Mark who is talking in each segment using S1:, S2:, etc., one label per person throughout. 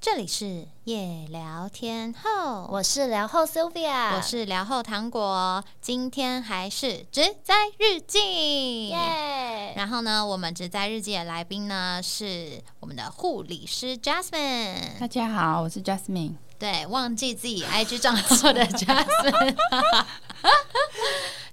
S1: 这里是夜聊天后，
S2: 我是聊后 Sylvia，
S1: 我是聊后糖果，今天还是植栽日记。
S2: 耶。
S1: 然后呢，我们植栽日记的来宾呢是我们的护理师 Jasmine。
S3: 大家好，我是 Jasmine。
S1: 对，忘记自己 IG 账号 的 Jasmine。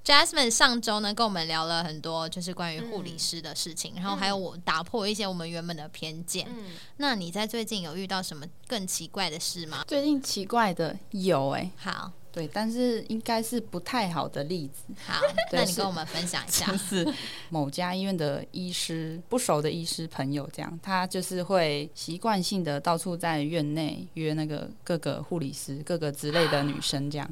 S1: Jasmine 上周呢跟我们聊了很多，就是关于护理师的事情，然后还有我打破一些我们原本的偏见。
S2: 嗯，
S1: 那你在最近有遇到什么更奇怪的事吗？
S3: 最近奇怪的有哎、
S1: 好
S3: 对，但是应该是不太好的例子，
S1: 好，那
S3: 对
S1: 你
S3: 是
S1: 跟我们分享一下
S3: 就。是 某家医院的医师不熟的医师朋友这样，他就是会习惯性的到处在院内约那个各个护理师、各个之类的女生这 样，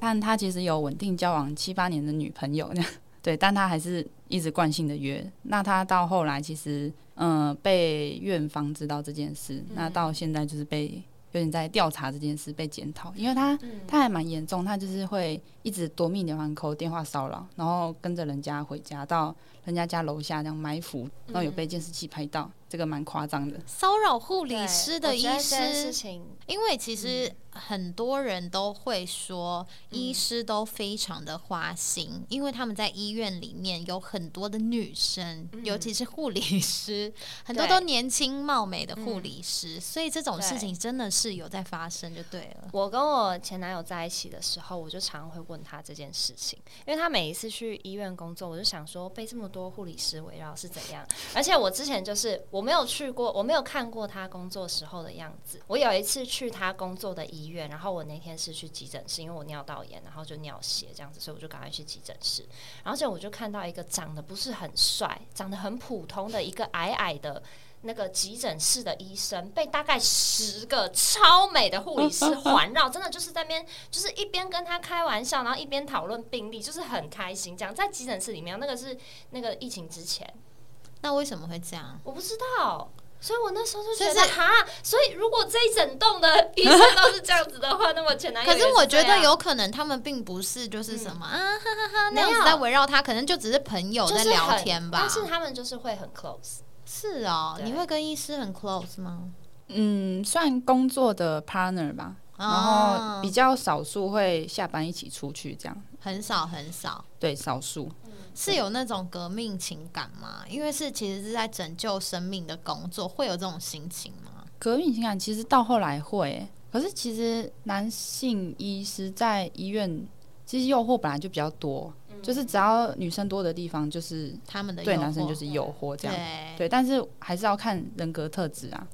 S3: 但他其实有稳定交往七八年的女朋友这样，对，但他还是一直惯性的约。那他到后来其实嗯、呃被院方知道这件事，那到现在就是被。有点在调查这件事被检讨，因为他
S2: 嗯
S3: 他还蛮严重，他就是会一直夺命连环扣、电话骚扰，然后跟着人家回家，到人家家楼下这样埋伏，
S1: 嗯
S3: 然后有被监视器拍到，这个蛮夸张的。
S1: 骚扰护理
S2: 对
S1: 师的
S2: 我觉
S1: 医
S2: 得这件事
S1: 师，
S2: 情
S1: 因为其实很多人都会说，医师都非常的花心，因为他们在医院里面有很多的女生，
S2: 嗯
S1: 尤其是护理 师，很多
S2: 对
S1: 都年轻貌美的护理师，
S2: 嗯
S1: 所以这种事情真的是有在发生，就对了。
S2: 我跟我前男友在一起的时候，我就常会问他这件事情，因为他每一次去医院工作，我就想说被这么多护理师围绕是怎样。而且我之前就是我没有去过，我没有看过他工作时候的样子。我有一次去他工作的医院，然后我那天是去急诊室，因为我尿道炎，然后就尿血这样子，所以我就赶快去急诊室。而且我就看到一个长得不是很帅、长得很普通的一个矮矮的。那个急诊室的医生被大概十个超美的护理师环绕，真的就是在那边，就是一边跟他开玩笑，然后一边讨论病例，就是很开心这样。在急诊室里面，那个是那个疫情之前，
S1: 那为什么会这样？
S2: 我不知道，所以我那时候就 觉
S1: 就
S2: 得
S1: 是
S2: 哈，所以如果这一整 栋的医生都是这样子的话，那我前男友
S1: 可
S2: 也
S1: 是
S2: 是
S1: 我觉
S2: 这
S1: 得
S2: 样嗯
S1: 有可能他们并不是就是什么、啊哈哈哈那样
S2: 没
S1: 子
S2: 有
S1: 在围绕他，可能就只是朋友
S2: 就
S1: 在
S2: 是
S1: 聊
S2: 很
S1: 天吧。
S2: 但是他们就是会很 close。
S1: 是哦，
S2: 对
S1: 你会跟医师很 close 吗？
S3: 嗯，算工作的 partner 吧，然
S1: 啊
S3: 后比较少数会下班一起出去这样。
S1: 很少很少，
S3: 对，少数
S1: 是有那种革命情感吗？因为是其实是在拯救生命的工作，会有这种心情吗？
S3: 革命情感其实到后来会、可是其实男性医师在医院其实诱惑本来就比较多，就是只要女生多的地方，就是
S1: 他嗯们的
S3: 对
S1: 诱惑
S3: 男生就是诱惑这样。
S1: 对
S3: 对，但是还是要看人格特质啊。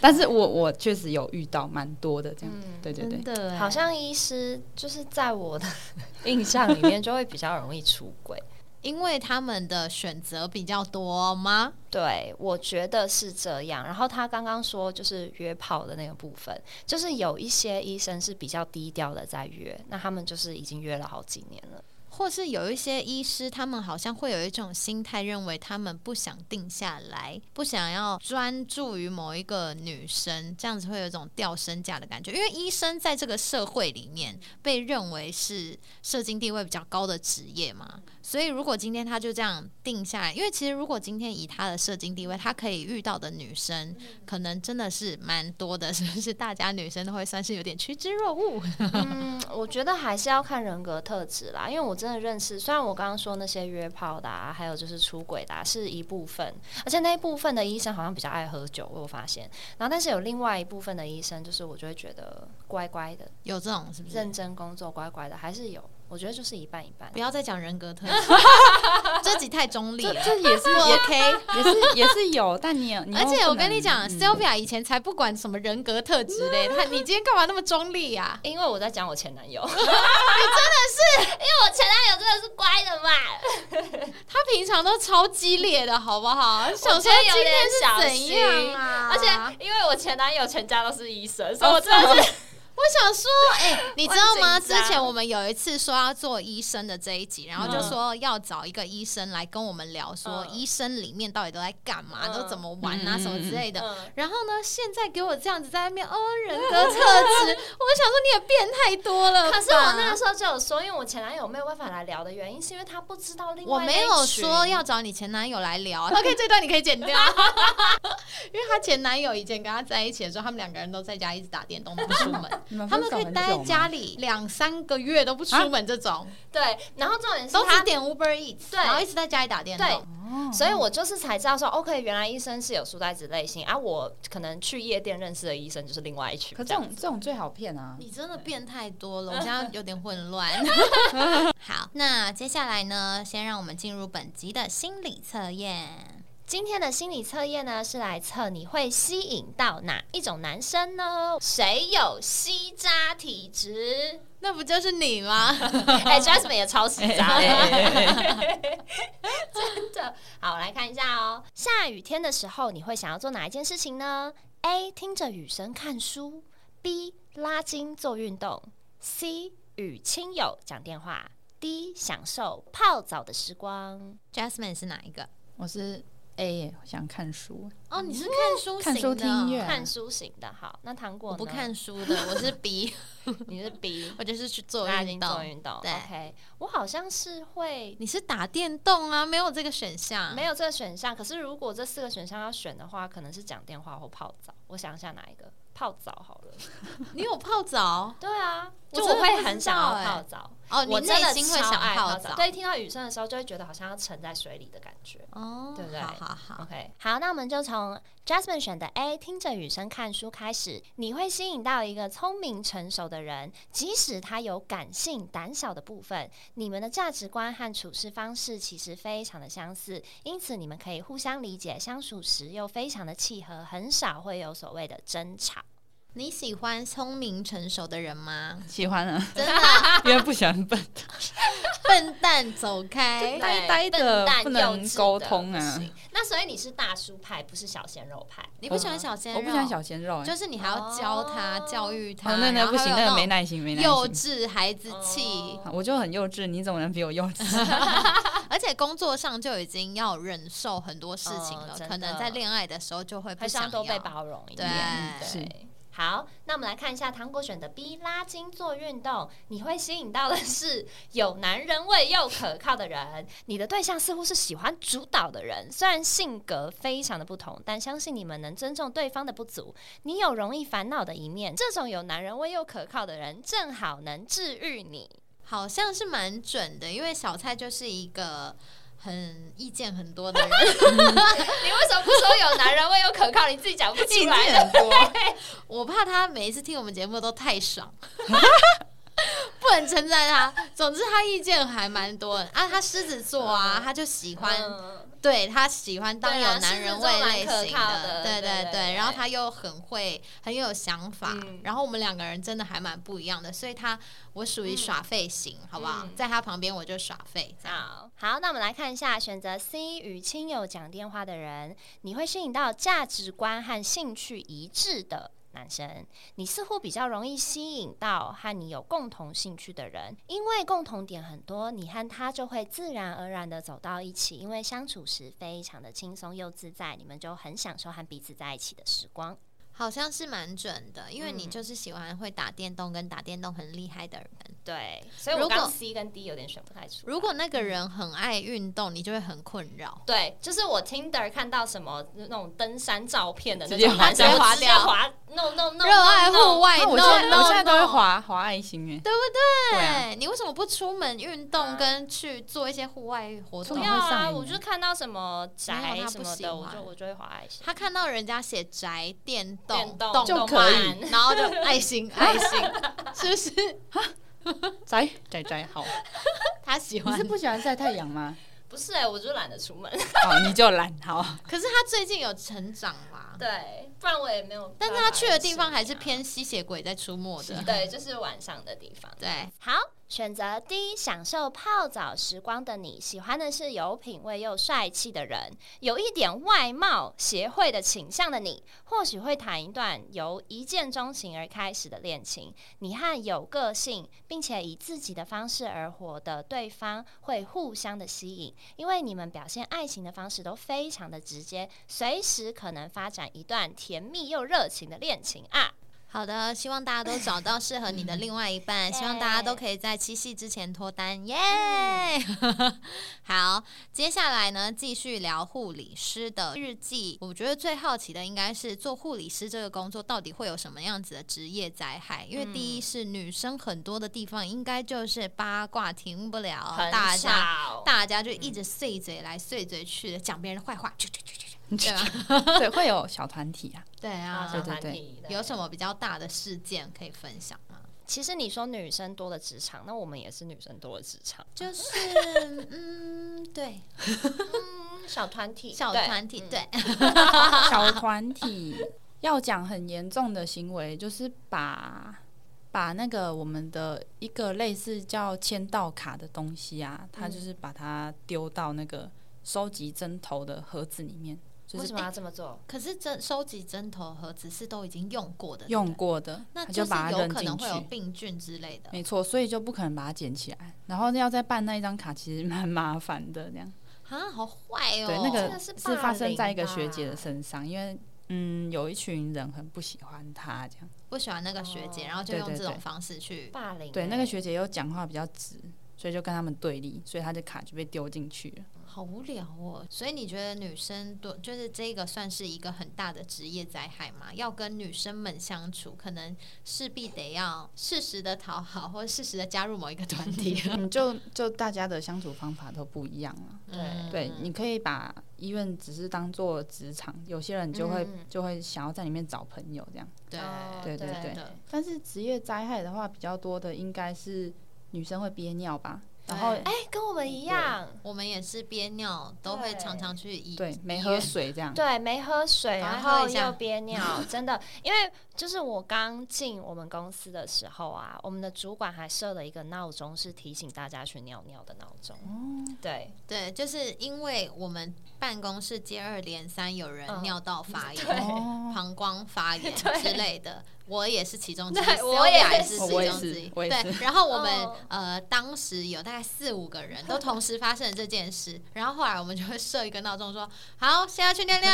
S3: 但是我我确实有遇到蛮多的这样，
S1: 嗯
S3: 对对对
S1: 真，的耶欸
S2: 好像医师就是在我的 印象里面就会比较容易出轨。
S1: 因为他们的选择比较多吗？
S2: 对，我觉得是这样。然后他刚刚说就是约炮的那个部分，就是有一些医生是比较低调的在约，那他们就是已经约了好几年了。
S1: 或是有一些医师，他们好像会有一种心态，认为他们不想定下来，不想要专注于某一个女生，这样子会有一种掉身价的感觉。因为医生在这个社会里面被认为是社经地位比较高的职业嘛，所以如果今天他就这样定下来，因为其实如果今天以他的社经地位，他可以遇到的女生，可能真的是蛮多的，是不是？大家女生都会算是有点趋之若鹜。
S2: 嗯，我觉得还是要看人格特质啦，因为我真的认识，虽然我刚刚说那些约炮的、啊，还有就是出轨的、啊、是一部分，而且那一部分的医生好像比较爱喝酒，我有发现。然后但是有另外一部分的医生，就是我就会觉得乖乖的，
S1: 有这种是不是
S2: 认？真工作、乖乖的，还是有。我觉得就是一半一半
S1: 不。要再讲人格特 质，这集太中立
S3: 这
S1: 了。
S3: 这也 是
S1: 不 OK，
S3: 也是也是有，但你你
S1: 而
S3: 又
S1: 且
S3: 不
S1: 我跟
S3: 能
S1: 你讲、s y l v i a 以前才不管什么人格特质嘞，他你今天干嘛那么中立啊呀、
S2: 因为我在讲我前男友，你真的是，因为我前男友真的是乖的嘛，
S1: 他平常都超激烈的好不好？想说
S2: 觉得有
S1: 今
S2: 点小
S1: 天是
S2: 心
S1: 怎样啊？
S2: 而且因为我前男友全家都是医生，所以我真的是
S1: 我想说，哎、哎、你知道吗？
S2: 我很
S1: 之
S2: 紧张
S1: 前我们有一次说要做医生的这一集，然后就
S2: 嗯
S1: 说要找一个医生来跟我们聊，说
S2: 嗯
S1: 医生里面到底都在干嘛，
S2: 嗯
S1: 都怎么玩啊，
S3: 嗯
S1: 什么之类的。
S2: 嗯，
S1: 然后呢，现在给我这样子在那边哦，人格 特质，我想说你也变太多了吧。
S2: 可是我那个时候就有说，因为我前男友没有办法来聊的原因，是因为他不知道另外
S1: 我没有说要找你前男友来聊 啊，OK，这段你可以剪掉， 因为她前男友以前跟她在一起的时候，他们两个人都在家一直打电动不出门，
S3: 你们
S1: 他
S3: 分
S1: 们
S3: 手
S1: 可以
S3: 很
S1: 待
S3: 久
S1: 在
S3: 吗啊
S1: 家里两三个月都不出门这种，
S2: 对。然后重点是
S1: 都只
S2: 他，
S1: 啊点 Uber Eats，
S2: 对
S1: 然后一直在家里打电
S2: 对
S1: 动。嗯
S3: 哦
S2: 所以我就是才知道说，OK，原来医生是有书呆子类型啊。我可能去夜店认识的医生就是另外一群
S3: 可
S2: 这
S3: 这
S2: 样
S3: 种
S2: 子。
S3: 这种最好骗啊！
S1: 你真的变太多 了，我现在有点混 乱。好，那接下来呢，先让我们进入本集的心理测验。
S2: 今天的心理测验呢，是来测你会吸引到哪一种男生呢？谁有吸渣体质？
S1: 那不就是你吗？
S2: 哎、j a s m i n e 也超吸渣的， 真的。好，我来看一下哦。下雨天的时候，你会想要做哪一件事情呢？A. 听着雨声看书；B. 拉筋做运动；C. 与亲友讲电话；D. 享受泡澡的时光。
S1: Jasmine 是哪一个？
S3: 我是 A，耶我想看书。
S1: 哦，你是看书
S3: 看
S1: 型
S3: 书
S1: 的
S3: 听音乐对啊？
S2: 看书型的，好，那糖果
S1: 我
S2: 呢
S1: 不，看书 的，我是 B，
S2: 你是 B，
S1: 我就是去做
S2: 拉
S1: 运
S2: 筋做
S1: 动。
S2: 运动。
S1: 对
S2: OK，我好像是会
S1: 你是打电动啊？没有这个选项，
S2: 没有这个选项。可是如果这四个选项要选的话，可能是讲电话或泡澡。我想一下哪一个，泡澡好了。
S1: 你有泡澡
S2: 对啊，
S1: 我
S2: 就
S1: 真的
S2: 我会
S1: 不
S2: 很
S1: 知
S2: 想
S1: 道
S2: 要
S1: 欸
S2: 泡澡，
S1: 哦，你
S2: 我真的
S1: 内心会
S2: 超
S1: 想
S2: 爱泡
S1: 澡。
S2: 对，听到雨声的时候就会觉得好像要沉在水里的感觉。
S1: 哦，
S2: 对不对
S1: 好好好，
S2: OK，好，那我们就从 Jasmine 选的 A，听着雨声看书开始。你会吸引到一个聪明成熟的人，即使他有感性胆小的部分，你们的价值观和处事方式其实非常的相似，因此你们可以互相理解，相处时又非常的契合，很少会有所谓的争吵。
S1: 你喜欢聪明成熟的人吗
S3: 喜欢啊，
S1: 真 的，
S3: 因为不喜欢笨，
S1: 笨蛋走
S2: 对
S1: 开。
S3: 哎呆呆的
S2: 哎笨蛋
S3: 不
S2: 幼
S3: 能
S2: 稚
S3: 沟
S2: 的
S3: 通
S2: 不
S3: 啊
S2: 行那所以你是大叔派，不是小鲜肉派。
S1: 你不喜欢小鲜肉？
S3: 我不喜欢小鲜肉、欸。
S1: 啊就是你还要教他、
S2: 哦
S1: 教育他，
S3: 哦，那
S1: 然
S3: 那
S1: 后
S3: 不行，
S1: 还有
S3: 那个没
S1: 那
S3: 耐心，没
S1: 种
S3: 耐
S1: 幼
S3: 心。
S1: 稚孩子气，
S2: 哦
S3: 我就很幼稚，你怎么能比我幼稚？
S1: 而且工作上就已经要忍受很多事情
S2: 哦
S1: 了，
S2: 真的
S1: 可能在恋爱的时候就会呃不
S2: 还是要
S1: 想
S2: 多被
S1: 要。
S2: 包容一
S1: 对
S2: 点。
S3: 是
S2: 对，好，那我们来看一下糖果选的 B 拉筋做运动，你会吸引到的是有男人味又可靠的人。你的对象似乎是喜欢主导的人，虽然性格非常的不同，但相信你们能尊重对方的不足。你有容易烦恼的一面，这种有男人味又可靠的人，正好能治愈你。
S1: 好像是蛮准的，因为小蔡就是一个很意见很多的人，
S2: 你为什么不说有男人味又可靠？你自己讲不出
S1: 哎
S2: 来的。
S3: 很多，
S1: 我怕他每一次听我们节目都太爽。不能称赞他，总之他意见还蛮多的啊。他狮子座啊，他就喜欢
S2: 嗯
S1: 对他喜欢当
S2: 对
S1: 有
S2: 啊
S1: 男人味类
S2: 狮子
S1: 型
S2: 座蛮可靠的
S1: 对
S2: 对
S1: 对
S2: 对对
S1: 然后他又很会，很有想法，
S2: 嗯
S1: 然后我们两个人真的还蛮不一样的，所以他我属于耍废型，好不好？
S2: 嗯
S1: 在他旁边我就耍废，这样
S2: 好好，那我们来看一下选择 C 与亲友讲电话的人，你会吸引到价值观和兴趣一致的男生。你似乎比较容易吸引到和你有共同兴趣的人，因为共同点很多，你和他就会自然而然的走到一起，因为相处时非常的轻松又自在，你们就很享受和彼此在一起的时光。
S1: 好像是蛮准的，因为你
S2: 嗯
S1: 就是喜欢会打电动跟打电动很厉害的人。
S2: 对，所
S1: 以我刚刚
S2: C 跟 D 有点选不太出
S1: 如果那个人很爱运动，你就会很困扰。
S2: 对，就是我 Tinder 看到什么那种登山照片的那
S3: 直接
S2: 种
S3: 划
S2: 男生，
S1: 掉
S2: 我直接划 no no no，
S1: 热爱
S2: no，no
S1: 户外 哎
S3: 我
S1: ，no
S3: 现在我现在
S1: no
S3: 都会
S1: no，
S3: 滑滑爱心哎、
S1: 对不对？
S3: 对 啊
S1: 你为什么不出门运动跟去做一些户外活
S3: 出
S1: 动
S2: 不
S3: 门？
S2: 要
S3: 会上
S2: 啊！
S3: 瘾
S2: 我就看到什么宅
S1: 没有他
S2: 什
S1: 不
S2: 么
S1: 喜
S2: 的，我
S1: 欢
S2: 就我就会划爱心。
S1: 他看到人家写宅电动
S2: 电动
S1: 动
S3: 就可
S1: 漫
S2: 以
S1: 然后 就爱心爱心，是不是？
S3: 宅宅宅好，
S1: 他喜
S3: 啊你
S1: 欢
S3: 是，不喜欢晒太阳 吗？
S2: 欸不是哎、我就懒得出门。
S3: 哦好，你就懒好。
S1: 可是他最近有成长啦。
S2: 对，不然我也没有。
S1: 但是他去的地方还是偏吸血鬼在出没的。
S2: 啊对，就是晚上的地方。
S1: 对，
S2: 好，选择 D，享受泡澡时光的你，喜欢的是有品味又帅气的人，有一点外貌协会的倾向的你，或许会谈一段由一见钟情而开始的恋情。你和有个性并且以自己的方式而活的对方会互相的吸引，因为你们表现爱情的方式都非常的直接，随时可能发展一段甜蜜又热情的恋情啊。
S1: 好的，希望大家都找到适合你的另外一 半，希望大家都可以在七夕之前脱单，耶、
S3: 嗯
S1: 好，接下来呢，继续聊护理师的日记。我觉得最好奇的应该是做护理师这个工作到底会有什么样子的职业灾害？因为第一是女生很多的地方，应该就是八卦停不了，大
S2: 很
S1: 家
S3: 啊
S2: 少，
S1: 大家就一直碎嘴来碎嘴去的讲别人的坏话，去去去去去，对吧？
S3: 对，会有小团体啊，
S1: 对
S2: 啊
S1: 啊
S3: 对，
S2: 团
S3: 对
S2: 体的
S1: 有什么比较大的事件可以分享吗？
S2: 其实你说女生多的职场，那我们也是女生多的职场，
S1: 就是嗯，对，
S2: 小团体
S1: 嗯小团
S3: 嗯
S2: 嗯
S1: 体，对，
S3: 小团体要讲很严重的行为，就是把把那个我们的一个类似叫签到卡的东西啊，他
S1: 嗯
S3: 就是把它丢到那个收集针头的盒子里面，就
S2: 为
S3: 是
S2: 什么要这么做？
S1: 可是针收集针头和只是都已经用过的，对不对
S3: 用，过的，
S1: 那
S3: 他就把
S1: 是有
S3: 它扔
S1: 可能
S3: 进
S1: 会有
S3: 去。
S1: 病菌之类的。
S3: 没错，所以就不可能把它捡起来，然后要再办那一张卡，其实蛮麻烦的。这样，
S1: 啊，好坏哦！
S3: 对，那
S2: 真
S3: 个
S2: 的是
S3: 是
S2: 霸
S3: 发生
S2: 凌
S3: 在一个
S2: 吧
S3: 学姐的身上，因为嗯，有一群人很不喜欢她这样。
S1: 不喜欢那个学姐，
S2: 哦
S1: 然后就用
S3: 对对
S1: 这种
S3: 对
S1: 方式去，
S2: 霸凌欸、
S3: 对，那个学姐又讲话比较直，所以就跟他们对立，所以她的卡就被丢进去了。
S1: 好无聊哦。所以你觉得女生多，就是这个算是一个很大的职业灾害嘛？要跟女生们相处，可能势必得要适时的讨好，或者适时的加入某一个团 体。
S3: 嗯，就就大家的相处方法都不一样了。
S1: 嗯
S3: 对，你可以把医院只是当做职场，有些人就会、
S2: 嗯
S3: 就会想要在里面找朋友这样。
S1: 对
S2: 哦
S3: 对对
S2: 对
S1: 真
S3: 对
S1: 的。
S3: 但是职业灾害的话，比较多的应该是女生会憋尿吧，然后
S1: 对
S2: 哎、跟我们一样，
S1: 我们也是憋尿，都会常常去医
S3: 对没
S1: 医
S3: 喝
S1: 院
S3: 水这样。
S2: 对，没喝水，
S1: 赶快
S2: 然
S1: 喝
S2: 后
S1: 一下
S2: 又 憋尿，真的，因为就是我刚进我们公司的时候啊，我们的主管还设了一个闹钟，是提醒大家去尿尿的闹钟。
S3: 哦
S2: 对，
S1: 对，就是因为我们办公室接二连三有人
S2: 嗯
S1: 尿道发炎、
S2: 对
S3: 哦
S1: 膀胱发 炎之类的，我也是其中之一，
S2: 对
S1: Sylvia
S2: 我也
S1: 也是
S2: 是
S1: 其
S3: 我也
S1: 中
S3: 是
S1: 之一。
S3: 哦我也
S1: 对，
S3: 是
S1: 然后我们
S2: 哦
S1: 呃当时有大概四五个人都同时发生了这件 事，然后后来我们就会设一个闹钟说，好，现在去 尿尿，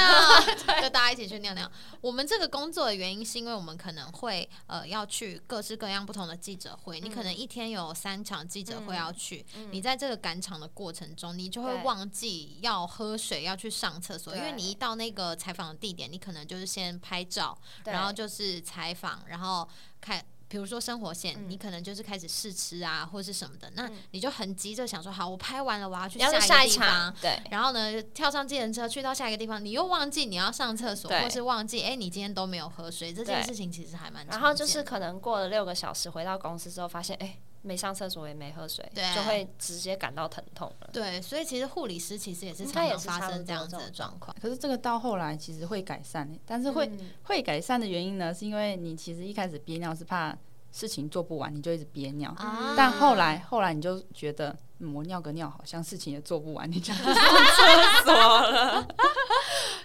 S1: 就大家一起去尿尿。我们这个工作的原因是因为我们可能会呃要去各式各样不同的记者
S2: 嗯
S1: 会，你可能一天有三场记者会要去，你在这个赶场的过程中，你就会
S2: 对
S1: 忘记要喝水，要去上厕所，因为
S2: 对
S1: 你一到那个采访的地点，你可能就是先拍照，
S2: 对
S1: 然后就是采访，然后看。比如说生活线，
S2: 嗯
S1: 你可能就是开始试吃啊，或是什么的，那
S2: 嗯
S1: 你就很急着想说，好，我拍完了，我要去
S2: 然后就
S1: 下
S2: 下
S1: 一
S2: 一
S1: 个地方
S2: 场，，对，
S1: 然后呢，跳上计程车去到下一个地方，你又忘记你要上厕所，
S2: 对
S1: 或是忘记哎、你今天都没有喝水，这件
S2: 对
S1: 事情其实还蛮常见的。
S2: 然后就是可能过了六个小时回到公司之后，发现哎、没上厕所也没喝水，
S1: 对啊
S2: 就会直接感到疼痛了。
S1: 对，所以其实护理师其实也是
S2: 应
S1: 常
S2: 该也
S1: 常
S2: 是
S1: 发
S2: 差不
S1: 生这
S2: 多
S1: 样
S2: 这
S1: 子的
S2: 种
S1: 状况。
S3: 可是这个到后来其实会改善欸但是会、
S2: 嗯
S3: 会改善的原因呢，是因为你其实一开始憋尿是怕事情做不完，你就一直憋尿。
S1: 啊
S3: 嗯但后来后来你就觉得，嗯，我尿个尿好像事情也做不完，你就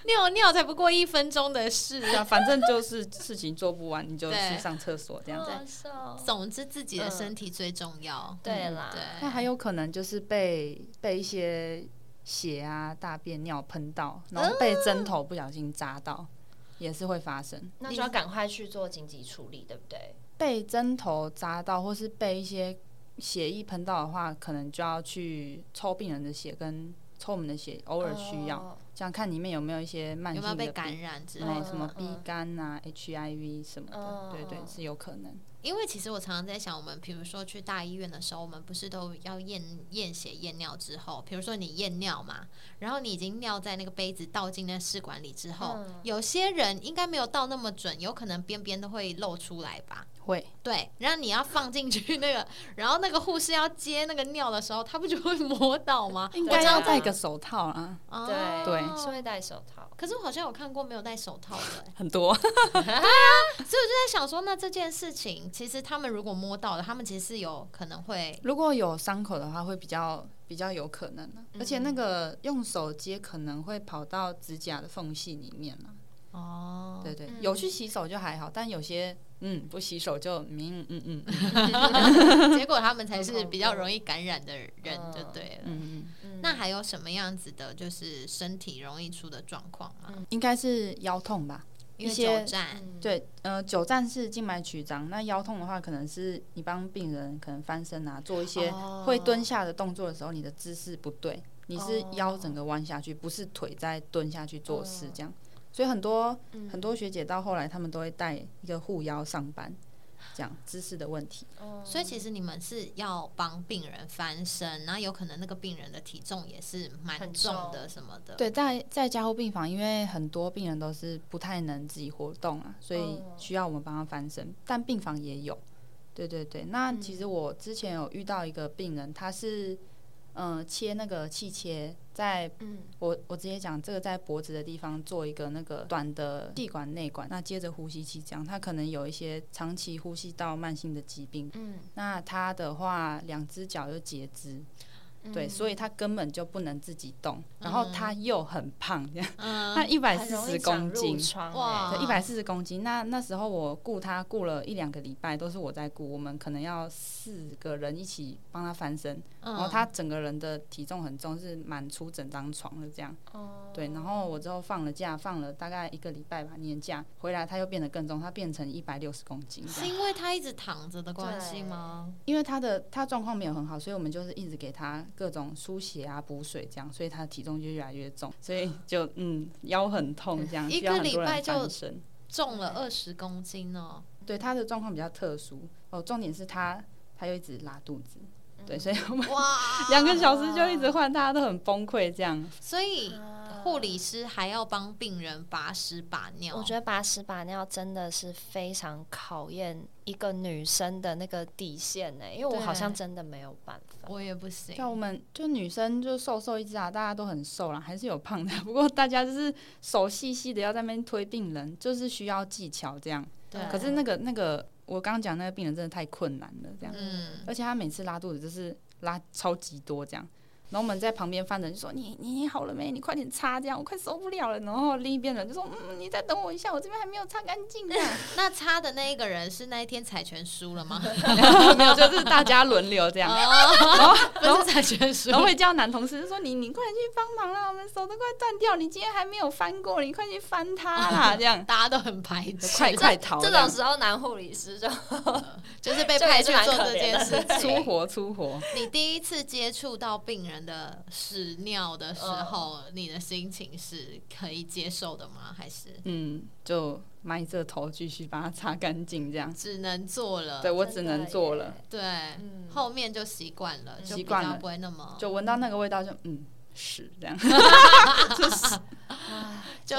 S1: 尿尿才不过一分钟的事。
S3: 对啊，反正就是事情做不完，你就
S1: 对嗯
S3: 去上厕所这样子。
S2: 难受
S1: 总之，自己的身体最重要。
S2: 对啦，
S1: 哦嗯对
S3: 那还有可能就是被被一些血啊、大便、尿喷到，然后
S1: 啊
S3: 被针头不小心扎到，也是会发生。
S2: 那就要赶快去做紧急处理，对不对？
S3: 被针头扎到，或是被一些血液喷到的话，可能就要去抽病人的血跟抽我们的血，偶尔需要，
S2: 哦
S3: 这样看里面有没有一些慢
S1: 有
S3: 性
S1: 没
S3: 的
S1: 有被
S3: 病
S1: 感染之类哦
S3: 然后
S1: 的？哦
S3: 什么
S2: 嗯
S3: B 肝啊、HIV 什么的，
S2: 嗯
S3: 对对
S2: 嗯
S3: 是有可能。
S1: 因为其实我常常在想，我们比如说去大医院的时候，我们不是都要验验血、验尿之后，比如说你验尿嘛，然后你已经尿在那个杯子倒进那试管里之后，
S2: 嗯
S1: 有些人应该没有倒那么准，有可能边边都会露出来吧。
S3: 会
S1: 对，然后你要放进去那个， 然后那个护士要接那个尿的时候，他不就会摸到吗？
S3: 应
S2: 我
S3: 该
S2: 知道
S3: 要戴个手套啊，
S1: 哦
S3: 对
S2: 是会戴手套。
S1: 可是我好像有看过没有戴手套的、
S3: 很 多
S1: 所以我就在想说，那这件事情其实他们如果摸到了，他们其实是有可能会
S3: 如果有伤口的话，会比较比较有可能、
S1: 嗯
S3: 啊、而且那个用手接可能会跑到指甲的缝隙里面啊。
S1: 哦
S3: 对对，
S2: 嗯
S3: 有去洗手就还好，但有些嗯不洗手就嗯嗯嗯嗯
S1: 结果他们才是
S3: 哦
S1: 比较容易感染的人，就对了。
S3: 嗯，
S2: 嗯
S1: 那还有什么样子的，就是身体容易出的状况吗？
S3: 应该是腰痛吧？
S1: 因为
S3: 一些
S1: 久站，
S2: 嗯
S3: 对，呃，久站是静脉曲张，那腰痛的话，可能是你帮病人可能翻身啊，做一些
S1: 哦
S3: 会蹲下的动作的时候，你的姿势不对，你是
S2: 哦
S3: 腰整个弯下去，不是腿在蹲下去做事这样。所以很多
S2: 嗯
S3: 很多学姐到后来，她们都会带一个护腰上班，这样姿势的问题。
S2: 哦
S1: 所以其实你们是要帮病人翻身，然后有可能那个病人的体重也是蛮
S2: 很
S1: 重
S2: 重
S1: 的什么的。
S3: 对，在在加护病房，因为很多病人都是不太能自己活动啊，所以
S2: 哦
S3: 需要我们帮他翻身。但病房也有，对对对。那
S2: 嗯
S3: 其实我之前有遇到一个病人，他是嗯、呃切那个气切，在
S2: 嗯
S3: 我我直接讲这个在脖子的地方做一个那个短的气管内管，那接着呼吸器这样，他可能有一些长期呼吸道慢性的疾病。
S2: 嗯
S3: 那他的话，两只脚又截肢，
S1: 嗯
S2: 嗯
S3: 对，所以他根本就不能自己动，然后他又很胖， 这样，
S1: 嗯，
S3: 他一百
S2: 很
S3: 四
S2: 容易
S3: 十
S2: 长
S3: 公
S2: 褥
S3: 斤，
S2: 疮
S1: 哇
S2: 欸
S3: 对，一百四十公斤。那那时候我雇他雇了一两个礼拜，都是我在雇，我们可能要四个人一起帮他翻身，
S1: 嗯
S3: 然后哦他整个人的体重很重，是满出整张床的这样。
S2: 哦
S3: 对，然后我之后放了假，放了大概一个礼拜吧，年假回来他又变得更重，他变成一百六十公斤这
S1: 是
S3: 样。
S1: 因为他一直躺着的关系
S2: 对
S1: 吗？
S3: 因为他的他状况没有很好，所以我们就是一直给他各种输血啊、补水这样，所以他的体重就越来越重，所以就嗯腰很痛这样，
S1: 一
S3: 需要
S1: 个
S3: 很多
S1: 礼拜
S3: 人
S1: 就
S3: 翻身。
S1: 重了二十公斤哦。
S3: 对他的状况比较特殊哦，重点是他他又一直拉肚子，对，所以我 们
S1: 哇，
S3: 两个小时就一直换，大家都很崩溃这样。
S1: 所以
S2: 啊
S1: 护理师还要帮病人把屎把尿。
S2: 我觉得把屎把尿真的是非常考验一个女生的那个底线欸呢、因为我好像
S1: 对
S2: 真的没有办法。
S1: 我也不行。
S3: 啊像我们就女生就瘦瘦一只啊，大家都很瘦啦，还是有胖的，不 过大家就是手细细的要在那边推病人，就是需要技巧这样。
S1: 对，
S3: 可是那个那个我刚刚讲那个病人真的太困难了这样，
S1: 嗯，
S3: 而且他每次拉肚子就是拉超级多这样。然后我们在旁边翻人就说：“你你好了没？你快点擦，这样我快受不了了。”然后另一边人就说：“嗯，你再等我一下，我这边还没有擦干净啊呢。
S1: 那擦的那一个人是那一天彩拳输了吗？”
S3: 没有，就是嗯大家轮流这样。
S1: 不是彩拳输
S3: 啊然，后会叫男同事就说你你快点去帮忙啦，我们手都快断掉，你今天还没有翻过，你快去翻它 啦，这样
S1: 大家都很排 斥，
S3: 快快逃
S2: 这
S3: 这
S2: 种
S3: 样
S2: 时候，男护理师就
S1: 就是被派去做这件事
S3: 出
S1: 情。
S3: 活出活。
S1: 你第一次接触到病人的屎尿的时候，你的心情是可以接受的吗？还是
S3: 嗯，就埋着头继续把它擦干净，这样。
S1: 只能做了？
S3: 对我只能做了，
S1: 对，
S2: 嗯
S1: 后面就习惯了，就
S3: 习
S1: 比
S3: 惯
S1: 较
S3: 了
S1: 不会那么
S3: 就闻到那个味道就嗯屎这样。
S1: 就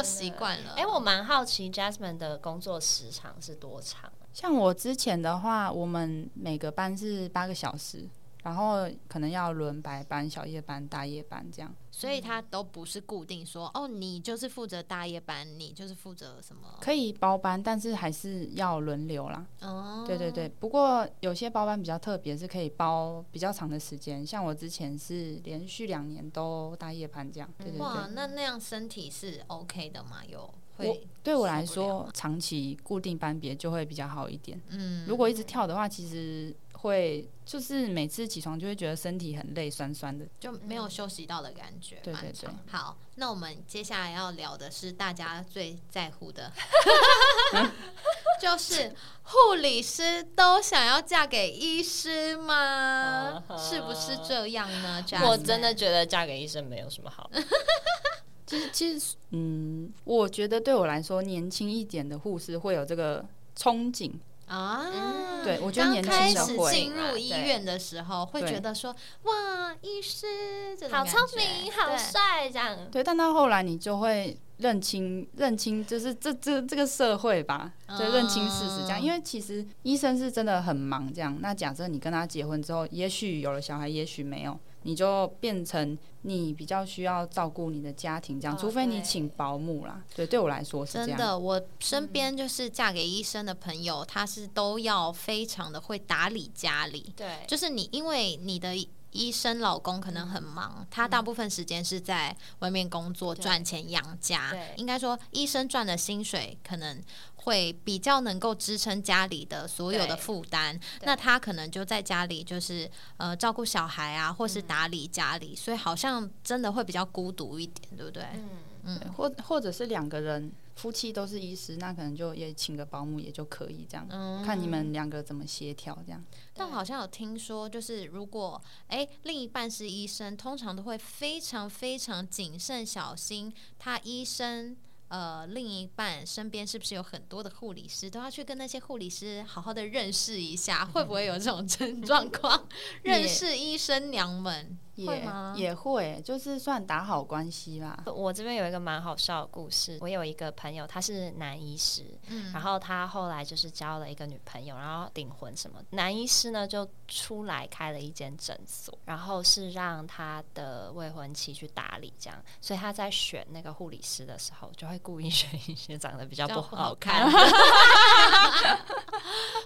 S1: 习惯了。
S2: 哎、我蛮好奇 Jasmine 的工作时长是多长？ 啊
S3: 像我之前的话，我们每个班是八个小时，然后可能要轮白班、小夜班、大夜班这样。
S1: 所
S3: 嗯
S1: 以他都不是固定说哦，你就是负责大夜班，你就是负责什么？
S3: 可以包班，但是还是要轮流啦。
S1: 哦，
S3: 对对对，不过有些包班比较特别，是可以包比较长的时间。像我之前是连续两年都大夜班这样。对对
S1: 哇
S3: 对，，
S1: 那那样身体是 OK 的吗？有
S3: 我
S1: 会
S3: 对
S1: 受
S3: 我来
S1: 不了
S3: 说，长期固定班别就会比较好一点。
S1: 嗯，
S3: 如果一直跳的话，其实会就是每次起床就会觉得身体很累，酸酸的。
S1: 就没有休息到的感觉，
S3: 嗯对
S1: 蛮
S3: 对
S1: 长好，那我们接下来要聊的是大家最在乎 的， 就是护理师都想要嫁给医师吗？是不是这样呢？
S2: 哦我
S1: Jasmine
S2: 真的觉得嫁给医生没有什么好。
S3: 其实其实，嗯，我觉得对我来说，年轻一点的护士会有这个憧憬，
S1: 啊。
S3: 对我觉得
S1: 刚
S3: 年轻
S1: 开
S3: 的
S1: 始
S3: 会
S1: 进
S2: 啦
S1: 入医
S2: 对
S1: 院的时候，会
S3: 对
S1: 觉得说哇，医师这种
S2: 好
S1: 感
S2: 聪
S1: 觉
S2: 明，好
S1: 对
S2: 帅，这样。
S3: 对，但到后来你就会认清认清，就是这这这个社会吧，就认清事实这样。
S1: 嗯
S3: 因为其实医生是真的很忙这样。那假设你跟他结婚之后，也许有了小孩，也许没有，你就变成你比较需要照顾你的家庭这样，
S2: 哦
S3: 除非你
S2: 对
S3: 请保姆啦。对，对我来说是这
S1: 真
S3: 样。嗯
S1: 的，我身边就是嫁给医生的朋友，他是都要非常的会打理家里，
S2: 对，
S1: 就是你因为你的医生老公可能很忙，他大部分时间是在外面工作
S2: 嗯对
S1: 赚钱养家
S2: 对，
S1: 应该说医生赚的薪水可能会比较能够支撑家里的所有的
S2: 对
S1: 负担，
S2: 对
S1: 那他可能就在家里就是呃照顾小孩啊，或是
S2: 嗯
S1: 打理家里，所以好像真的会比较孤独一点，对不对？
S2: 嗯，
S3: 对或或者是两个人夫妻都是医师，那可能就也请个保姆也就可以这样，
S1: 嗯
S3: 看你们两个怎么协调这样。
S1: 但
S2: 对
S1: 好像有听说，就是如果哎、另一半是医生，通常都会非常非常谨慎小心。他医生呃，另一半身边是不是有很多的护理师，都要去跟那些护理师好好的认识一下，会不会有这种 症状况？认
S3: 也
S1: 识医生娘们会
S3: 也
S1: 吗
S3: 也会，就是算打好关系啦。
S2: 我这边有一个蛮好笑的故事。我有一个朋友，他是男医师，
S1: 嗯
S2: 然后他后来就是交了一个女朋友，然后订婚什么。男医师呢就出来开了一间诊所，然后是让他的未婚妻去打理这样。所以他在选那个护理师的时候，就会故意选一些长得比较
S1: 比较
S2: 不
S1: 不
S2: 好
S1: 好
S2: 看。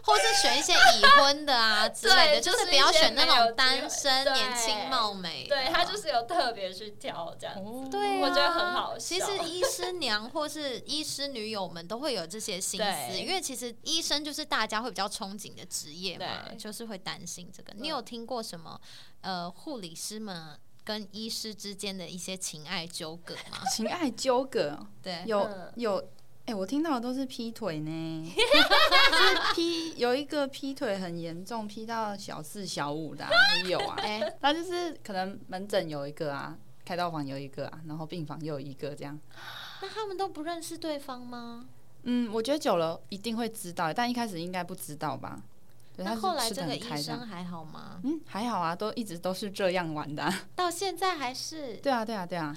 S1: 或是选一些已婚的啊之类的，
S2: 对
S1: 就是
S2: 就是
S1: 不要
S2: 一些
S1: 选那
S2: 没有
S1: 种
S2: 机
S1: 单
S2: 会
S1: 身、
S2: 对
S1: 年轻貌美的啊。
S2: 对他就是有特别去挑这样。
S3: 哦
S1: 对、啊，
S2: 我觉得很好
S1: 其实
S2: 笑
S1: 医师娘或是医师女友们都会有这些心思，
S2: 对
S1: 因为其实医生就是大家会比较憧憬的职业嘛，
S2: 对
S1: 就是会担心这个。
S2: 嗯
S1: 你有听过什么呃护理师们跟医师之间的一些情爱纠葛 吗？
S3: 情爱纠葛哦
S1: 对，
S3: 有
S2: 嗯
S3: 有，哎、我听到的都是劈腿 呢，就是劈有一个劈腿很严重，劈到小四小五的、啊、也有啊。
S1: 哎、
S3: 他就是可能门诊有一个啊，开刀房有一个啊，然后病房又有一个这样。
S1: 那他们都不认识对方吗？
S3: 嗯，我觉得久了一定会知道，但一开始应该不知道吧？对，他
S1: 那
S3: 是
S1: 后来
S3: 吃
S1: 这
S3: 的
S1: 个
S3: 很
S1: 医
S3: 开这
S1: 生
S3: 样。
S1: 还好吗？
S3: 嗯，还好啊，都一直都是这样玩 的、啊。
S1: 到现在还是
S3: 对啊，对啊，对啊。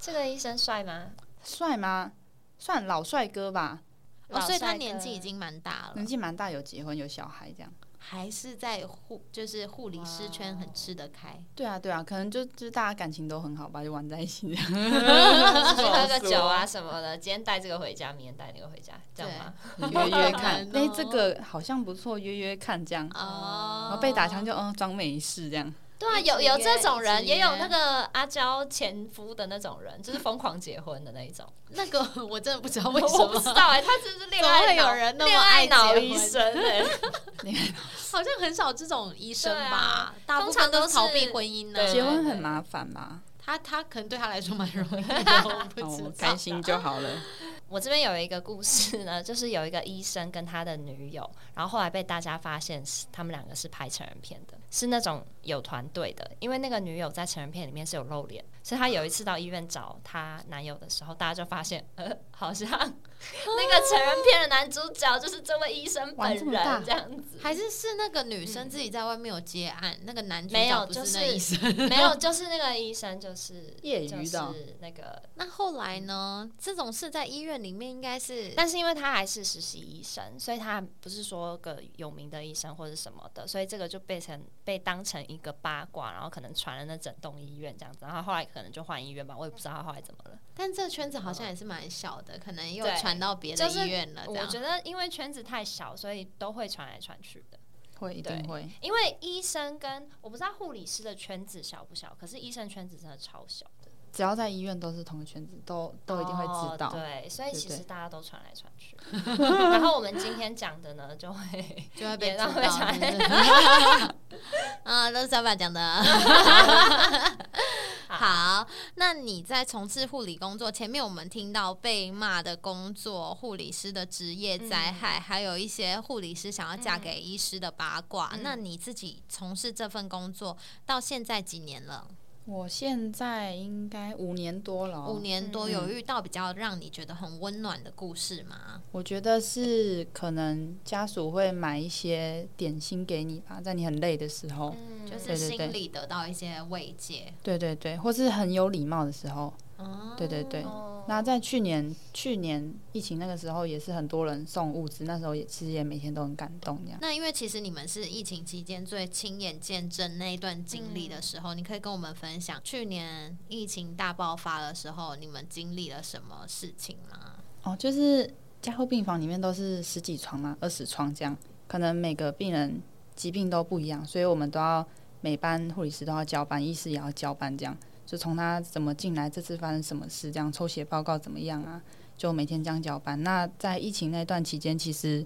S2: 这个医生帅吗？
S3: 帅吗？算老帅哥吧，
S1: 哦，所以他
S2: 老帅哥
S1: 年纪已经蛮大了
S3: 年，纪蛮大，有结婚有小孩这样。
S1: 还是在护就是护理师圈很吃得开。
S3: 对啊，对啊，可能就就是大家感情都很好吧，就玩在一起这样。
S2: 出去喝个酒啊什么的，今天带这个回家，明天带那个回家，这样吗？
S3: 约约看，
S1: 好
S3: 哎、
S1: 难哦
S3: 这个好像不错，约约看这样。
S2: 嗯
S1: 哦
S3: 然后被打枪就嗯装没事这样。
S2: 对啊，
S1: 一
S2: 有
S1: 直
S2: 有
S1: 约
S2: 这种
S1: 一
S2: 人，
S1: 直约
S2: 也有那个阿娇前夫的那种人，就是疯狂结婚的那一种。
S1: 那个我真的不知道 为什
S2: 我不知
S1: 么，
S2: 道哎、他真是恋
S1: 怎么
S2: 爱
S1: 会
S2: 脑
S1: 有人那么
S2: 恋
S1: 爱
S2: 爱脑
S1: 结
S2: 医
S1: 婚
S2: 生哎、
S1: 好像很少这种医生
S2: 对
S1: 吧，
S2: 啊
S1: 大部分都
S2: 通常都是
S1: 逃避婚姻呢、
S2: 对
S3: 结婚很麻烦嘛，
S1: 他他可能对他来说蛮容易 的，我不知
S3: 哦
S1: 道。，
S3: 开心就好了。
S2: 我这边有一个故事呢，就是有一个医生跟他的女友，然后后来被大家发现是他们两个是拍成人片的，是那种有团队的，因为那个女友在成人片里面是有露脸，所以她有一次到医院找她男友的时候，大家就发现，呃，好像 那个成人片的男主角就是这位医生本
S3: 玩这么大
S2: 人这样子，
S1: 还是是那个女生自己在外面有接案，那个男主
S2: 没
S1: 角
S2: 有
S1: 不
S2: 就是
S1: 那医 生。
S2: 没有，就是那个医生就是
S3: 业余的
S2: 就是那个
S1: 那后来呢？这种事在医院里面应该是
S2: 但是因为他还是实习医生，所以他不是说个有名的医生或者什么的，所以这个就被成被当成一个八卦，然后可能传了那整栋医院这样子，然后后来可能就换医院吧，我也不知道他后来怎么了。
S1: 但这圈子好像也是蛮小的，可能又
S2: 对
S1: 传到别的
S2: 就是
S1: 医院了。这
S2: 我
S1: 样，
S2: 觉得因为圈子太小，所以都会传来传去的。
S3: 会一定会，
S2: 因为医生跟我不知道护理师的圈子小不小，可是医生圈子真的超小的，
S3: 只要在医院都是同个圈子，都都一定会知道。
S2: 哦对，所以其
S3: 对
S2: 实
S3: 对
S2: 大家都传来传 去。然后我们今天讲的呢，就会
S1: 就会被知
S2: 也
S1: 道
S2: 让。
S1: 是不
S2: 会传
S1: 是 啊，都是小爸讲的。 好，那你在从事护理工作前面，我们听到被骂的工作、护理师的职业灾害，还有一些护理师想要嫁给医师的八卦。
S2: 嗯
S1: 那你自己从事这份工作到现在几年了？
S3: 我现在应该五年多
S2: 哦
S3: 了、
S1: 五，年多
S3: 嗯
S1: 有遇到比较让你觉得很温暖的故事吗？
S3: 我觉得是可能家属会买一些点心给你吧，在你很累的时候，
S2: 嗯，
S1: 就
S2: 就是
S3: 对对对
S1: 心里得到一些慰藉。
S3: 对对对，或是很有礼貌的时候，
S1: 哦
S3: 对对对。
S2: 哦
S3: 那在去年去年疫情那个时候，也是很多人送物资，那时候也其实也每天都很感动这样。
S1: 那因为其实你们是疫情期间最亲眼见证那一段经
S3: 嗯
S1: 历的时候，你可以跟我们分享去年疫情大爆发的时候，你们经历了什么事情吗？
S3: 哦，就是加护病房里面都是十几床嘛，二十床这样，可能每个病人疾病都不一样，所以我们都要每班护理师都要交班，医师也要交班这样，就从他怎么进来，这次发生什么事这样，抽血报告怎么样啊，就每天这样交班。那在疫情那段期间，其实。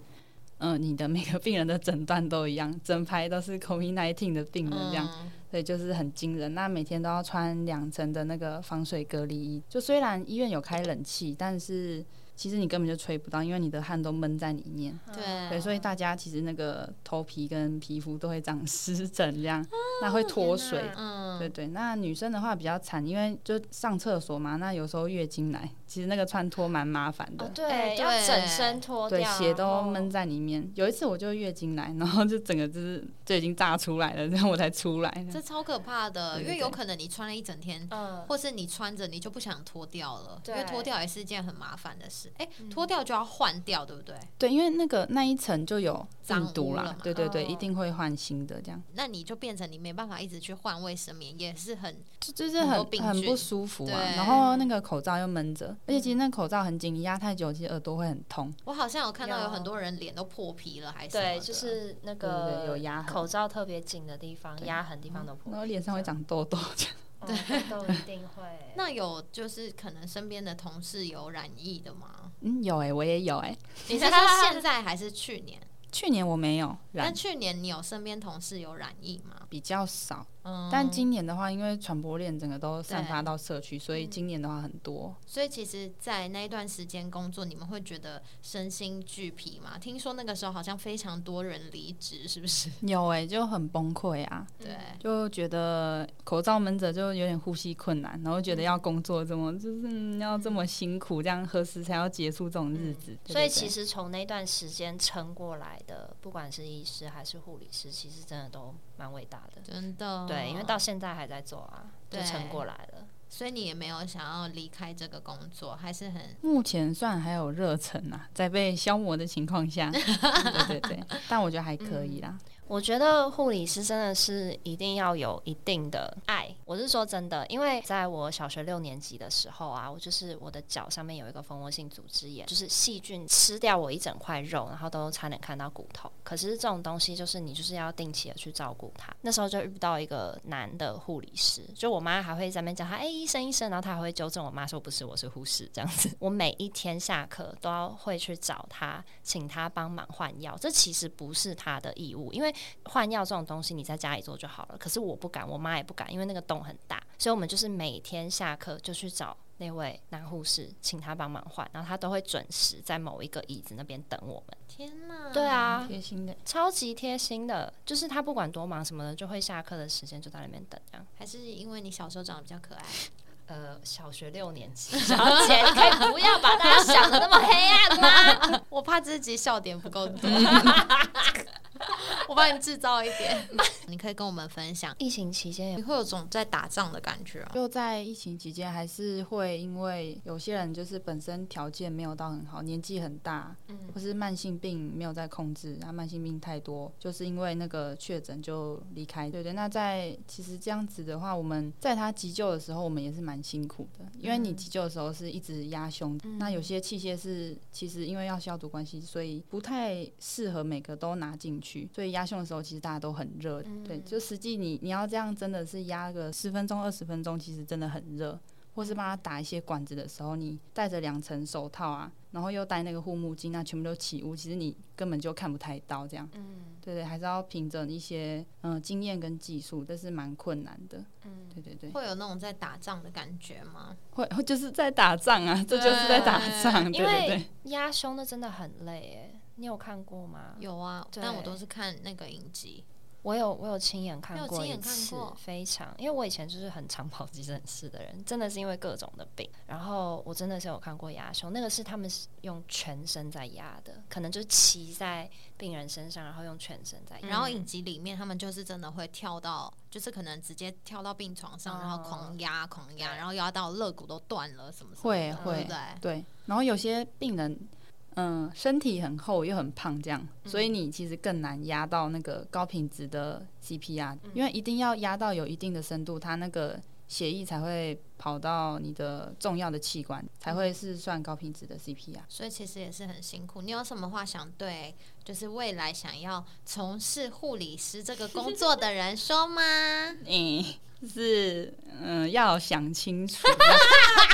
S3: 嗯、你的每个病人的诊断都一样，整排都是 COVID-19 的病人这样，
S1: 嗯
S3: 对，就是很惊人。那每天都要穿两层的那个防水隔离衣，就虽然医院有开冷气，但是其实你根本就吹不到，因为你的汗都闷在里面。
S1: 对
S3: 对，所
S2: 哦
S3: 以大家其实那个头皮跟皮肤都会长 湿疹，这
S2: 哦
S3: 样，那会脱水。
S2: 天哪
S1: 嗯，
S3: 对对，那女生的话比较惨，因为就上厕所嘛，那有时候月经来，其实那个穿脱蛮麻烦的。
S2: 哦，
S1: 哎
S2: 对，要
S1: 对
S2: 整身脱
S3: 对，
S2: 掉，哦
S3: 血都
S2: 然后嗯
S3: 闷在里面。有一次我就月经来，然后就整个就是就已经炸出来了，然后我才出来。
S1: 这超可怕的，
S3: 对对
S1: 因为
S3: 对
S1: 有可能你穿了一整天，
S2: 嗯，
S1: 或是你穿着你就不想脱掉了，因为
S2: 对
S1: 脱掉也是一件很麻烦的事。哎、
S3: 嗯
S1: 脱掉就要换掉，对不对？
S3: 对，因为那个那一层就有
S1: 脏
S3: 病毒
S1: 污了
S3: 啦
S1: 嘛，
S3: 对对对，
S2: 哦
S3: 一定会换新的，这样
S1: 那你就变成你没办法一直去换卫生棉，也是很
S3: 就就是
S1: 很多
S3: 很
S1: 病
S3: 很
S1: 菌
S3: 不舒服啊
S1: 对。嗯
S3: 然后那个口罩又闷着，而且其实那个口罩很紧，你压太久，其实耳朵会很痛。
S1: 我好像有看到有
S2: 有
S1: 很多人脸都破皮了，还是什么
S2: 对，
S1: 的
S2: 就是那
S3: 对对
S2: 个
S3: 对有压痕嗯
S2: 口罩特别紧的地方，压痕地方都破
S3: 然后脸上会长痘痘， 这样
S2: 对，嗯都一定会。
S1: 那有就是可能身边的同事有染疫的 吗？
S3: 嗯，有哎、我也有哎、
S1: 你是说现在还是去年？
S3: 去年我没有
S1: 但
S3: 染，
S1: 去年你有身边同事有染疫吗？
S3: 比较少。
S1: 嗯，
S3: 但今年的话，因为传播链整个都散
S1: 对嗯
S3: 发到社区，所以今年的话很多。
S1: 所以其实，在那一段时间工作，你们会觉得身心俱疲吗？听说那个时候好像非常多人离职，是不是？
S3: 有哎、就很崩溃啊，
S2: 嗯
S1: 对，
S3: 就觉得口罩闷着就有点呼吸困难，然后觉得要工作这么就是、嗯要这么辛苦，这样何时才要结束这种日子？
S2: 嗯所以其
S3: 实
S2: 实从那段时间撑过来的，不管是医师还是护理师，其实真的都蛮伟大的。
S1: 真的。
S3: 哦
S2: 对，因为到现在还在做啊，就
S1: 对
S2: 撑过来了。
S1: 所以你也没有想要离开这个工作，还是很
S3: 目前算还有热忱啊，在被消磨的情 况下，对对对，但我觉得还可以啦。
S2: 我觉得护理师真的是一定要有一定的爱，我是说真的，因为在我小学六年级的时候啊，我就是我的脚上面有一个蜂窝性组织炎，就是细菌吃掉我一整块肉，然后都差点看到骨头。可是这种东西就是你就是要定期的去照顾它。那时候就遇到一个男的护理师，就我妈还会在那边叫他，哎、医生医生，然后他还会纠正我妈说不是，我是护士这样子。我每一天下课都要会去找他，请他帮忙换药，这其实不是他的义务，因为换药这种东西，你在家里做就好了。可是我不敢，我妈也不敢，因为那个洞很大，所以我们就是每天下课就去找那位男护士，请他帮忙换，然后他都会准时在某一个椅子那边等我们。
S1: 天哪，
S2: 对，啊，
S3: 贴心的，
S2: 超级贴心的，就是他不管多忙什么的，就会下课的时间就在那边等这样。
S1: 还是因为你小时候长得比较可爱，
S2: 呃，小学六年级，小姐， 你可以不要把大家想的那么黑暗吗？
S1: 我怕自己笑点不够多， 我帮你制造一点，嗯你可以跟我们分享，
S2: 疫情期间也
S1: 你会有种在打仗的感觉、哦。
S3: 就在疫情期间，还是会因为有些人就是本身条件没有到很好，年纪很大，或是慢性病没有在控制，那慢性病太多，就是因为那个确诊就离开。对对，那在其实这样子的话，我们在他急救的时候，我们也是蛮辛苦的，因为你急救的时候是一直压胸，那有些器械是其实因为要消毒关系，所以不太适合每个都拿进去，所以压胸的时候其实大家都很热，对，就实际你你要这样真的是压个十分钟二十分钟，其实真的很热。或是帮他打一些管子的时候，你戴着两层手套啊，然后又戴那个护目镜，那全部都起雾，其实你根本就看不太到这样。嗯，对对，还是要凭着一些嗯、呃经验跟技术，这是蛮困难的。嗯，对对对，
S1: 会有那种在打仗的感觉吗？
S3: 会会就是在打仗啊，这就是在打仗，对
S2: 因
S3: 对
S2: 为
S3: 对。
S2: 压胸的真的很累诶，你有看过吗？
S1: 有啊，
S2: 对
S1: 但我都是看那个影集，
S2: 我有我有亲眼
S1: 你
S2: 看
S1: 有
S2: 过
S1: 亲
S2: 一
S1: 眼看
S2: 次
S1: 过，
S2: 非常，因为我以前就是很常跑急诊室的人，真的是因为各种的病。然后我真的是有看过压胸，那个是他们是用全身在压的，可能就是骑在病人身上，然后用全身在压。
S1: 然后影集里面，他们就是真的会跳到，就是可能直接跳到病床上，然后狂压、狂压，然后压到肋骨都断了什么什么
S3: 会
S1: 的，
S2: 会
S1: 对不对？
S3: 对，然后有些病人，嗯、身体很厚又很胖，这样，所以你其实更难压到那个高品质的 CPR，、因为一定要压到有一定的深度，它那个血液才会跑到你的重要的器官，才会是算高品质的 CPR。
S1: 所以其实也是很辛苦。你有什么话想对，就是未来想要从事护理师这个工作的人说吗？
S3: 嗯，就是嗯、要想清楚。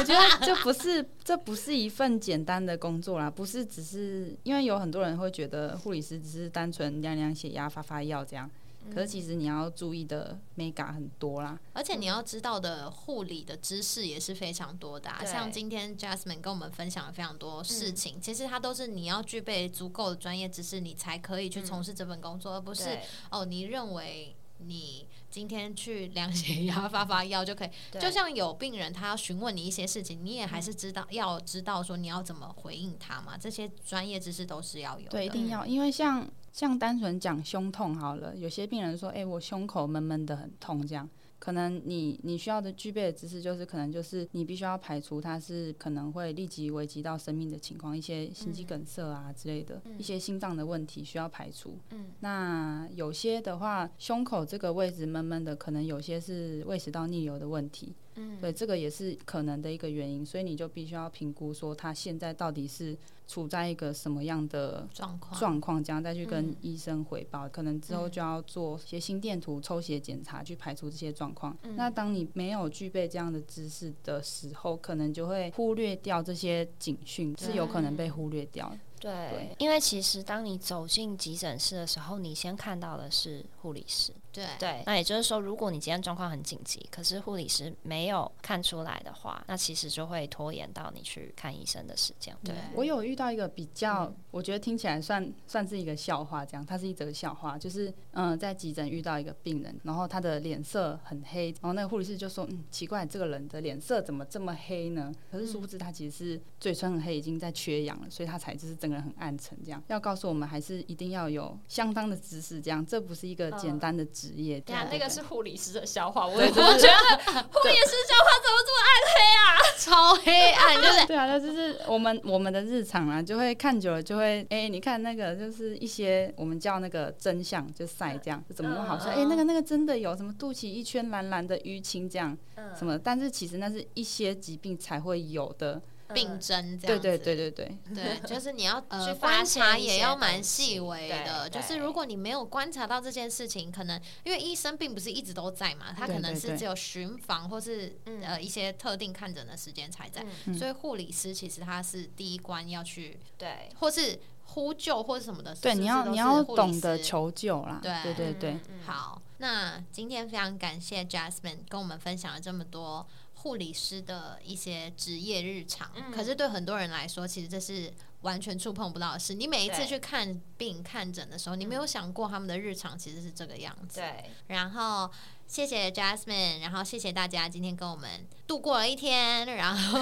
S3: 我觉得这不是这不是一份简单的工作啦，不是只是因为有很多人会觉得护理师只是单纯量量血压、发发药这样，可是其实你要注意的 mega 很多啦。
S1: 而且你要知道的护理的知识也是非常多的、啊，
S2: 对嗯
S1: 像今天 Jasmine 跟我们分享了非常多事情，其实它都是你要具备足够的专业知识，你才可以去从事这份工作，而不是
S2: 嗯对
S1: 哦，你认为你今天去量血压、发发药就可以？
S2: 对
S1: 就像有病人他要询问你一些事情，你也还是知道、要知道说你要怎么回应他嘛，这些专业知识都是要有的。
S3: 对，一
S2: 嗯
S3: 定要，因为像像单纯讲胸痛好了，有些病人说，哎、我胸口闷闷的很痛，这样。可能你你需要的具备的知识就是，可能就是你必须要排除它是可能会立即危及到生命的情况，一些心
S2: 嗯
S3: 肌梗塞啊之类的，一些心脏的问题需要排除。
S2: 嗯，
S3: 那有些的话，胸口这个位置闷闷的，可能有些是胃食道逆流的问题。
S2: 嗯，
S3: 对，这个也是可能的一个原因，所以你就必须要评估说他现在到底是处在一个什么样的
S1: 状况。
S3: 状况，这样再去跟医生汇报，可能之后就要做一些心电图、抽血检查，去排除这些状况。那当你没有具备这样的知识的时候，可能就会忽略掉这些警讯，是有可能被忽略掉的。
S2: 对
S3: 对，
S2: 因为其实当你走进急诊室的时候，你先看到的是护理师。
S1: 对，
S2: 对，那也就是说，如果你今天状况很紧急，可是护理师没有看出来的话，那其实就会拖延到你去看医生的时间。
S1: 对
S3: 我有遇到一个比较，我觉得听起来算算是一个笑话，这样，它是一则笑话，就是嗯、呃在急诊遇到一个病人，然后他的脸色很黑，然后那个护理师就说，嗯，奇怪，这个人的脸色怎么这么黑呢？可是殊不知他其实是嘴唇很黑，已经在缺氧了，所以他才就是整个人很暗沉这样。要告诉我们，还是一定要有相当的知识，这样，这不是一个简单的职业。
S2: 对啊，
S3: 对
S2: 那个
S3: 对
S2: 是护理师的笑话，我
S3: 对
S2: 也
S3: 对对
S2: 觉得护理师笑话怎么这么
S1: 超黑啊暗，就是
S3: 对啊，那就是我们我们的日常啊，就会看久了就会，哎、你看那个就是一些我们叫那个真相，就晒这样，就怎么那
S1: 嗯
S3: 么好笑？哎、那个那个真的有什么肚脐一圈蓝蓝的淤青这样，
S1: 嗯
S3: 什么？但是其实那是一些疾病才会有的，
S2: 嗯
S3: 嗯
S1: 病症这
S3: 对
S1: 样子。
S3: 对对对对，
S1: 对，就是你要呃
S2: 去发
S1: 观
S2: 现
S1: 察，
S2: 一
S1: 也
S2: 些
S1: 要
S2: 东
S1: 蛮
S2: 西
S1: 细微
S2: 对
S1: 的。就是
S2: 对
S1: 如果你没有观察到这件事情，可能因为医生并不是一直都在嘛，他可
S3: 对
S1: 能
S3: 对
S1: 是
S3: 对
S1: 只有巡房或是
S2: 嗯
S1: 呃一些特定看诊的时间才在，
S3: 嗯
S1: 所以护理师其实他是第一关要去，
S2: 对
S1: 或是呼救或是什么的。
S3: 对，
S1: 是不是
S3: 你要
S1: 都
S3: 你
S1: 是
S3: 要
S1: 护理
S3: 懂得
S1: 师
S3: 求救啦，
S2: 嗯
S1: 对嗯
S3: 对对对。
S1: 好，那今天非常感谢 Jasmine 跟我们分享了这么多护理师的一些职业日常。可是对很多人来说，其实这是完全触碰不到的事。你每一次
S2: 对
S1: 去看病、看诊的时候，你没有想过他们的日常其实是这个样子。
S2: 对，
S1: 然后谢谢 Jasmine，然后谢谢大家今天跟我们度过了一天，然 后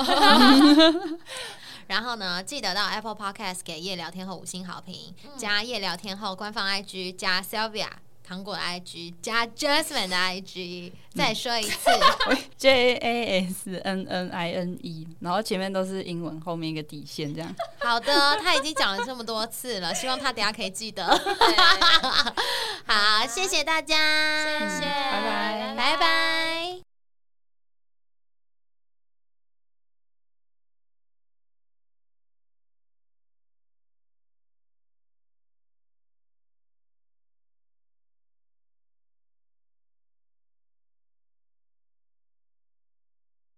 S1: 然后呢，记得到 Apple Podcast 给夜聊天后五星好评，
S2: 嗯
S1: 加夜聊天后官方 IG，加 Sylvia 糖果的 IG，加 Jasmine 的 IG，再
S2: 嗯
S1: 说一次，
S3: J A S N N I N E，然后前面都是英文，后面一个底线这样。
S1: 好的，他已经讲了这么多次了，希望他等一下可以记得。 好，谢谢大家，
S2: 谢谢，
S3: 拜拜
S1: 拜拜